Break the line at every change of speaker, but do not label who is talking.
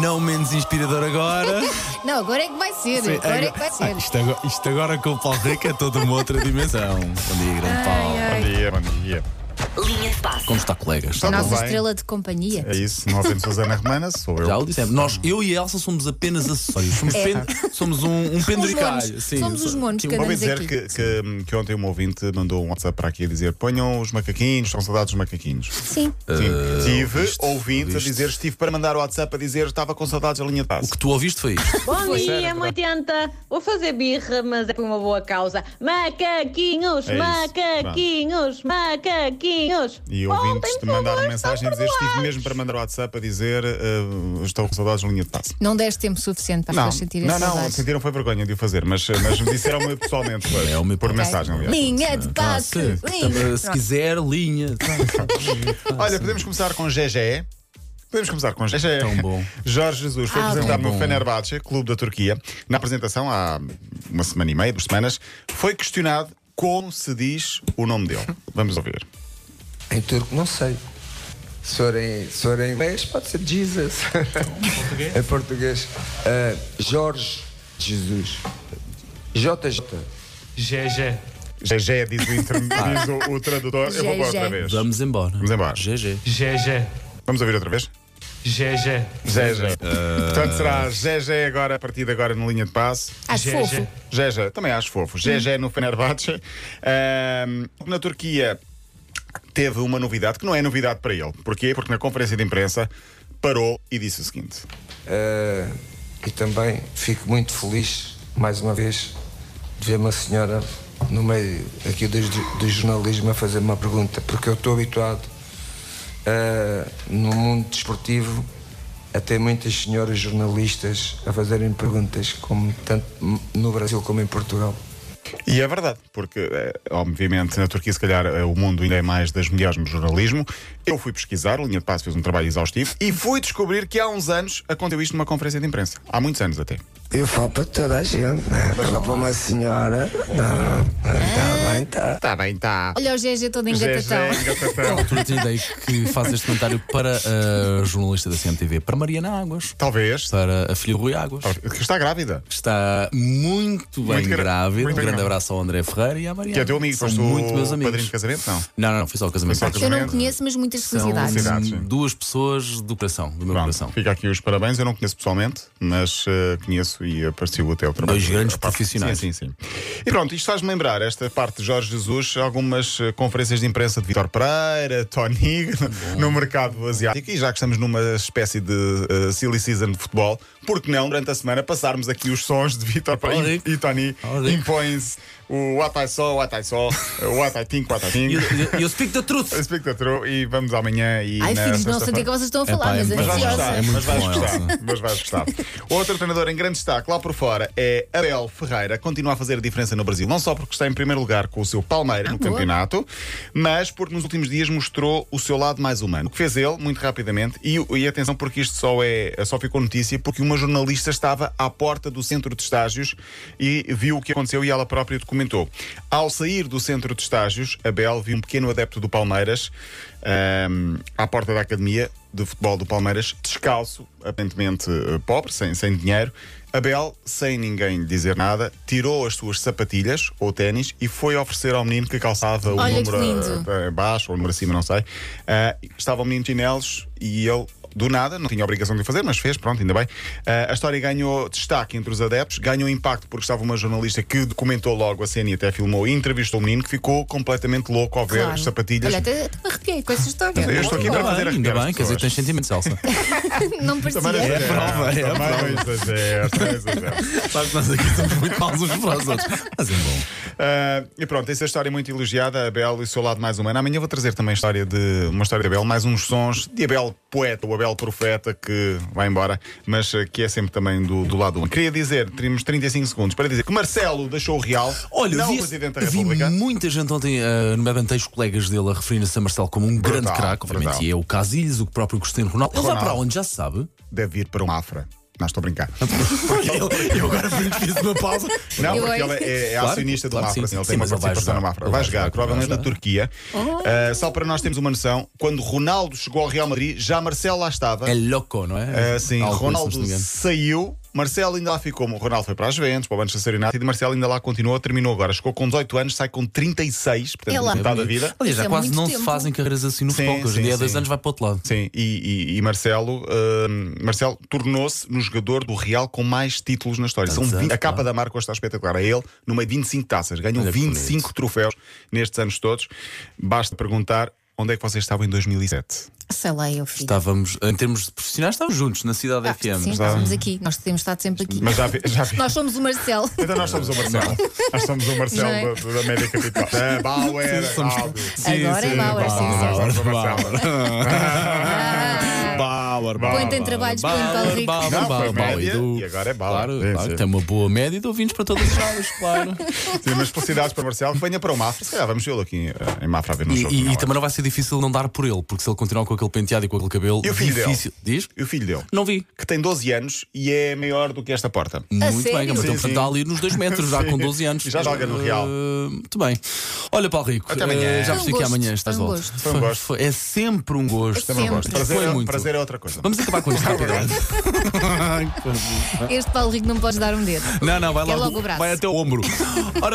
Não menos inspirador agora.
Não, agora é que vai ser.
Sim,
agora é que vai
Ah,
ser.
isto, agora, isto agora com o Paulo Rico é toda uma outra dimensão. Bom dia, grande Paulo.
Ai, ai.
dia, bom dia.
Linha de passe.
Como está, colegas?
A
Tudo
nossa
bem?
estrela de companhia.
Tá É isso, não temos Susana Romana, sou eu.
Já o dissemos. Nós, eu e a Elsa, somos apenas acessórios. Somos, pen- somos um, um penduricalho.
monos. É. Somos os monos
Sim,
que
Vou
andamos
dizer
aqui.
que, que, que ontem um ouvinte mandou um WhatsApp para aqui a dizer: ponham os macaquinhos, são saudades dos macaquinhos.
Sim.
Eh,
Sim, tive ouvinte a dizer: estive para mandar o WhatsApp a dizer estava com saudades da linha de passe.
O que tu ouviste foi isto.
Bom dia, M80. Vou fazer birra, mas é por uma boa causa. Macaquinhos,
É isso.
macaquinhos, macaquinhos.
E
Oh,
ouvintes te mandaram mensagem a dizer: estive mesmo para mandar o WhatsApp a dizer eh, estou com saudades da linha de passe.
Não deste tempo suficiente para as
Não,
pessoas sentirem
não, não,
saudades.
sentiram foi vergonha de o fazer, mas, mas me disseram-me pessoalmente depois,
É, o meu
por
próprio.
mensagem, aliás.
Linha É de passe.
Ah, sim.
Linha.
Se quiser, linha. Tá, Ah,
Olha, podemos começar com GGE. Podemos começar com GGE.
é Tão bom.
Jorge Jesus foi
Ah,
apresentado
bom.
no Fenerbahçe, clube da Turquia. Na apresentação, há uma semana e meia, duas semanas, foi questionado como se diz o nome dele. Vamos ouvir.
Em turco não sei. Se for em, se for em inglês pode ser Jesus. em português. eh, Jorge Jesus. JJ.
GG.
GG diz o, inter...
Ah.
diz o, o tradutor. Eu vou
GG.
outra vez.
Vamos embora.
Vamos embora.
GG.
GG.
Vamos ouvir outra vez?
GG.
GG. Portanto, será GG agora, a partir de agora, na linha de passe.
Acho
GG.
fofo.
Jeja, também acho fofo.
Hum.
Jeja no Fenerbahçe. Ahm, na Turquia teve uma novidade que não é novidade para ele. Porquê? Porque na conferência de imprensa parou e disse o seguinte:
Eh, e também fico muito feliz, mais uma vez, de ver uma senhora no meio aqui do, do jornalismo a fazer uma pergunta, porque eu estou habituado eh, no mundo desportivo a ter muitas senhoras jornalistas a fazerem perguntas, como tanto no Brasil como em Portugal.
E é verdade, porque, eh, obviamente, na Turquia, se calhar, eh, o mundo ainda é mais das mulheres no jornalismo. Eu fui pesquisar, a Linha de Passo fez um trabalho exaustivo, e fui descobrir que há uns anos aconteceu isto numa conferência de imprensa. Há muitos anos até.
Eu falo para toda a gente, né? Falo para uma senhora. Não, está bem, tá. está.
Tá
Está bem, está.
Olha o GG todo engatatão.
Por outra ideia que faz este comentário para a jornalista da CMTV, para Mariana Águas,
Talvez.
para a filha do Rui Águas.
Que está grávida.
que Está muito bem
Muito gra-
grávida.
muito
um grande
grande.
abraço ao André Ferreira e à Mariana.
Que é teu amigo,
São
foste
muito
o
meus amigos.
padrinho de casamento? Não.
Não, não, não, foi só o casamento.
Foi só o
Eu
casamento.
não conheço, mas muitas
São
felicidades.
Felicidades, sim.
duas pessoas do coração, do meu
Pronto,
coração.
Fica aqui os parabéns. Eu não conheço pessoalmente, mas eh, conheço e apareceu até o trabalho.
Dois grandes
da parte.
profissionais.
Sim, sim, sim. E pronto, isto faz-me lembrar esta parte de Jorge Jesus, algumas eh, conferências de imprensa de Vitor Pereira, Tony, no mercado asiático. E já que estamos numa espécie de eh, silly season de futebol, por que não, durante a semana, passarmos aqui os sons de Vitor
Paulo
Pereira
É Rico.
e, e Tony?
Paulo Rico.
Impõem-se o What I Saw, What I Saw, What I Think, What I
E
Think.
Eu eu speak the truth.
Espectador, e vamos amanhã e
Ai,
na
filhos, não sei
sexta-feira.
do que é que vocês estão a
Epá,
falar,
é
mas
muito
Mas
bom.
vais
ansiosa.
gostar,
É muito
mas vais
bom,
gostar,
Elsa.
mas vais gostar. Outro treinador em grande destaque lá por fora é Abel Ferreira. Continua a fazer a diferença no Brasil, não só porque está em primeiro lugar com o seu Palmeiras no
boa.
campeonato, mas porque nos últimos dias mostrou o seu lado mais humano. O que fez ele, muito rapidamente, e, e atenção porque isto só, é, só ficou notícia porque uma jornalista estava à porta do centro de estágios e viu o que aconteceu e ela própria documentou. Ao sair do centro de estágios, Abel viu um pequeno adepto do Palmeiras ahm, à porta da academia de futebol do Palmeiras, descalço, aparentemente eh, pobre, sem, sem dinheiro. Abel, sem ninguém lhe dizer nada, tirou as suas sapatilhas ou ténis e foi oferecer ao menino que calçava o
Olha que
número
lindo.
eh, baixo ou o número acima, não sei. Ah, estava o menino de chinelos e ele. Do nada, não tinha obrigação de o fazer, mas fez, pronto, ainda bem. Ah, a história ganhou destaque entre os adeptos, ganhou impacto porque estava uma jornalista que documentou logo a cena e até filmou e entrevistou o menino que ficou completamente louco ao ver
Claro.
as sapatilhas.
Olha, até até me arrepiei com essa história.
Eu estou aqui
Boa.
para fazer arrepiar
Ainda
as
bem, quer dizer,
pessoas.
tens sentimentos, Elsa.
Não me parecia.
prova, é prova.
Sabes que nós aqui somos muito maus uns para os outros. Mas é bom.
e pronto, essa história é muito elogiada, a Abel e o seu lado mais humano. Amanhã vou trazer também história de, uma história de Abel, mais uns sons de Abel poeta, o Abel profeta que vai embora, mas eh, que é sempre também do, do lado humano. Queria dizer, teríamos 35 segundos para dizer que Marcelo deixou o Real,
Olha,
não
vi,
o Presidente da
vi
República.
muita gente ontem, uh, nomeadamente os colegas dele, a referir-se a Marcelo como um grande
Brutal,
craque, obviamente.
brutal.
E é o Casilhas, o próprio Cristiano Ronaldo. Ele vai
Ronaldo.
para onde? Já se sabe.
Deve vir para uma Afra. Não, estou a brincar.
Eu agora fiz uma pausa.
Não,
Eu
porque
olho.
ele é, é
Claro,
acionista
claro
do
que sim.
Mafra, sim, ele
Sim,
tem uma
mas ele vai
participação
jogar.
na Mafra.
Ele
Vai
vai
jogar,
jogar, Oh.
provavelmente
vai
na
jogar.
Turquia. Ah, só para nós termos uma noção, quando Ronaldo chegou ao Real Madrid, já Marcelo lá estava.
É louco, não é?
Ah, sim,
Algo
Ronaldo
assim, se não me engano.
saiu, Marcelo ainda lá ficou. O Ronaldo foi para as Juventus, para o Manchester United e Marcelo ainda lá continuou, terminou agora. Chegou com 18 anos, sai com 36,
É
portanto,
lá.
metade da
É bonito.
vida.
Aliás,
Isso
já
é
quase
muito
não se
tempo.
fazem carreiras assim no
Sim,
futebol. que Hoje em
sim,
dia, há
sim.
dois anos, vai para o outro lado.
Sim, e, e- e Marcelo, hum, Marcelo tornou-se no jogador do Real com mais títulos na história. São
Tantos
20 a
anos,
capa
pá.
da marca hoje está espetacular. É ele, no meio de 25 taças. Ganhou
Olha que
25 troféus nestes anos todos. Basta perguntar onde é que vocês estavam em 2007.
Sei lá, eu filho.
Estávamos, em termos de profissionais, estávamos juntos na cidade
Ah,
FM.
sim, estávamos aqui. Nós temos estado sempre aqui.
Mas já vi. Já vi.
Nós somos o Marcelo.
Então nós somos o Marcelo. nós somos o Marcelo
Não é?
da, da Média Capital. Da Ah, Bauer.
Sim, somos-
Alves.
Agora é Bauer, sim, sim.
Nós somos o
Bauer,
Marcelo.
Ah. Bauer,
Põe-te em trabalhos, põe-te para o
Bauer,
rico.
Bauer,
Não,
Bauer,
foi
Bauer,
média
Edu.
e agora é Bauer.
Claro,
Sim,
claro,
sim.
tem uma boa média de ouvintes para todas as aulas, claro.
Sim, mas felicidades para o Marcelo que venha para o Mafra. Se calhar vamos vê-lo aqui eh, em Mafra a ver no
E,
jogo.
e-
não
e
é?
também não vai ser difícil não dar por ele, porque se ele continuar com aquele penteado e com aquele cabelo,
E o filho
difícil. Diz?
E o filho dele?
Não vi.
que tem 12 anos e é maior do que esta porta.
A
Muito bem,
sério?
mas
Sim,
então, portanto, está ali nos 2 metros, já
Sim.
com 12 anos.
E já joga no Real.
Eh, Muito bem. Olha, Paulo Rico,
Até amanhã.
eh,
Foi
já
um
percebi que
gosto,
amanhã estás de
foi um
volta.
gosto.
Foi um gosto.
é sempre um gosto.
Sempre. Também gosto.
Prazer,
Foi
é-
muito.
prazer é outra coisa.
Vamos acabar com isto é rapidamente.
Este Paulo Rico não podes dar um dedo.
Não, não, vai
Quer
logo.
logo o braço.
vai até o ombro. Ora,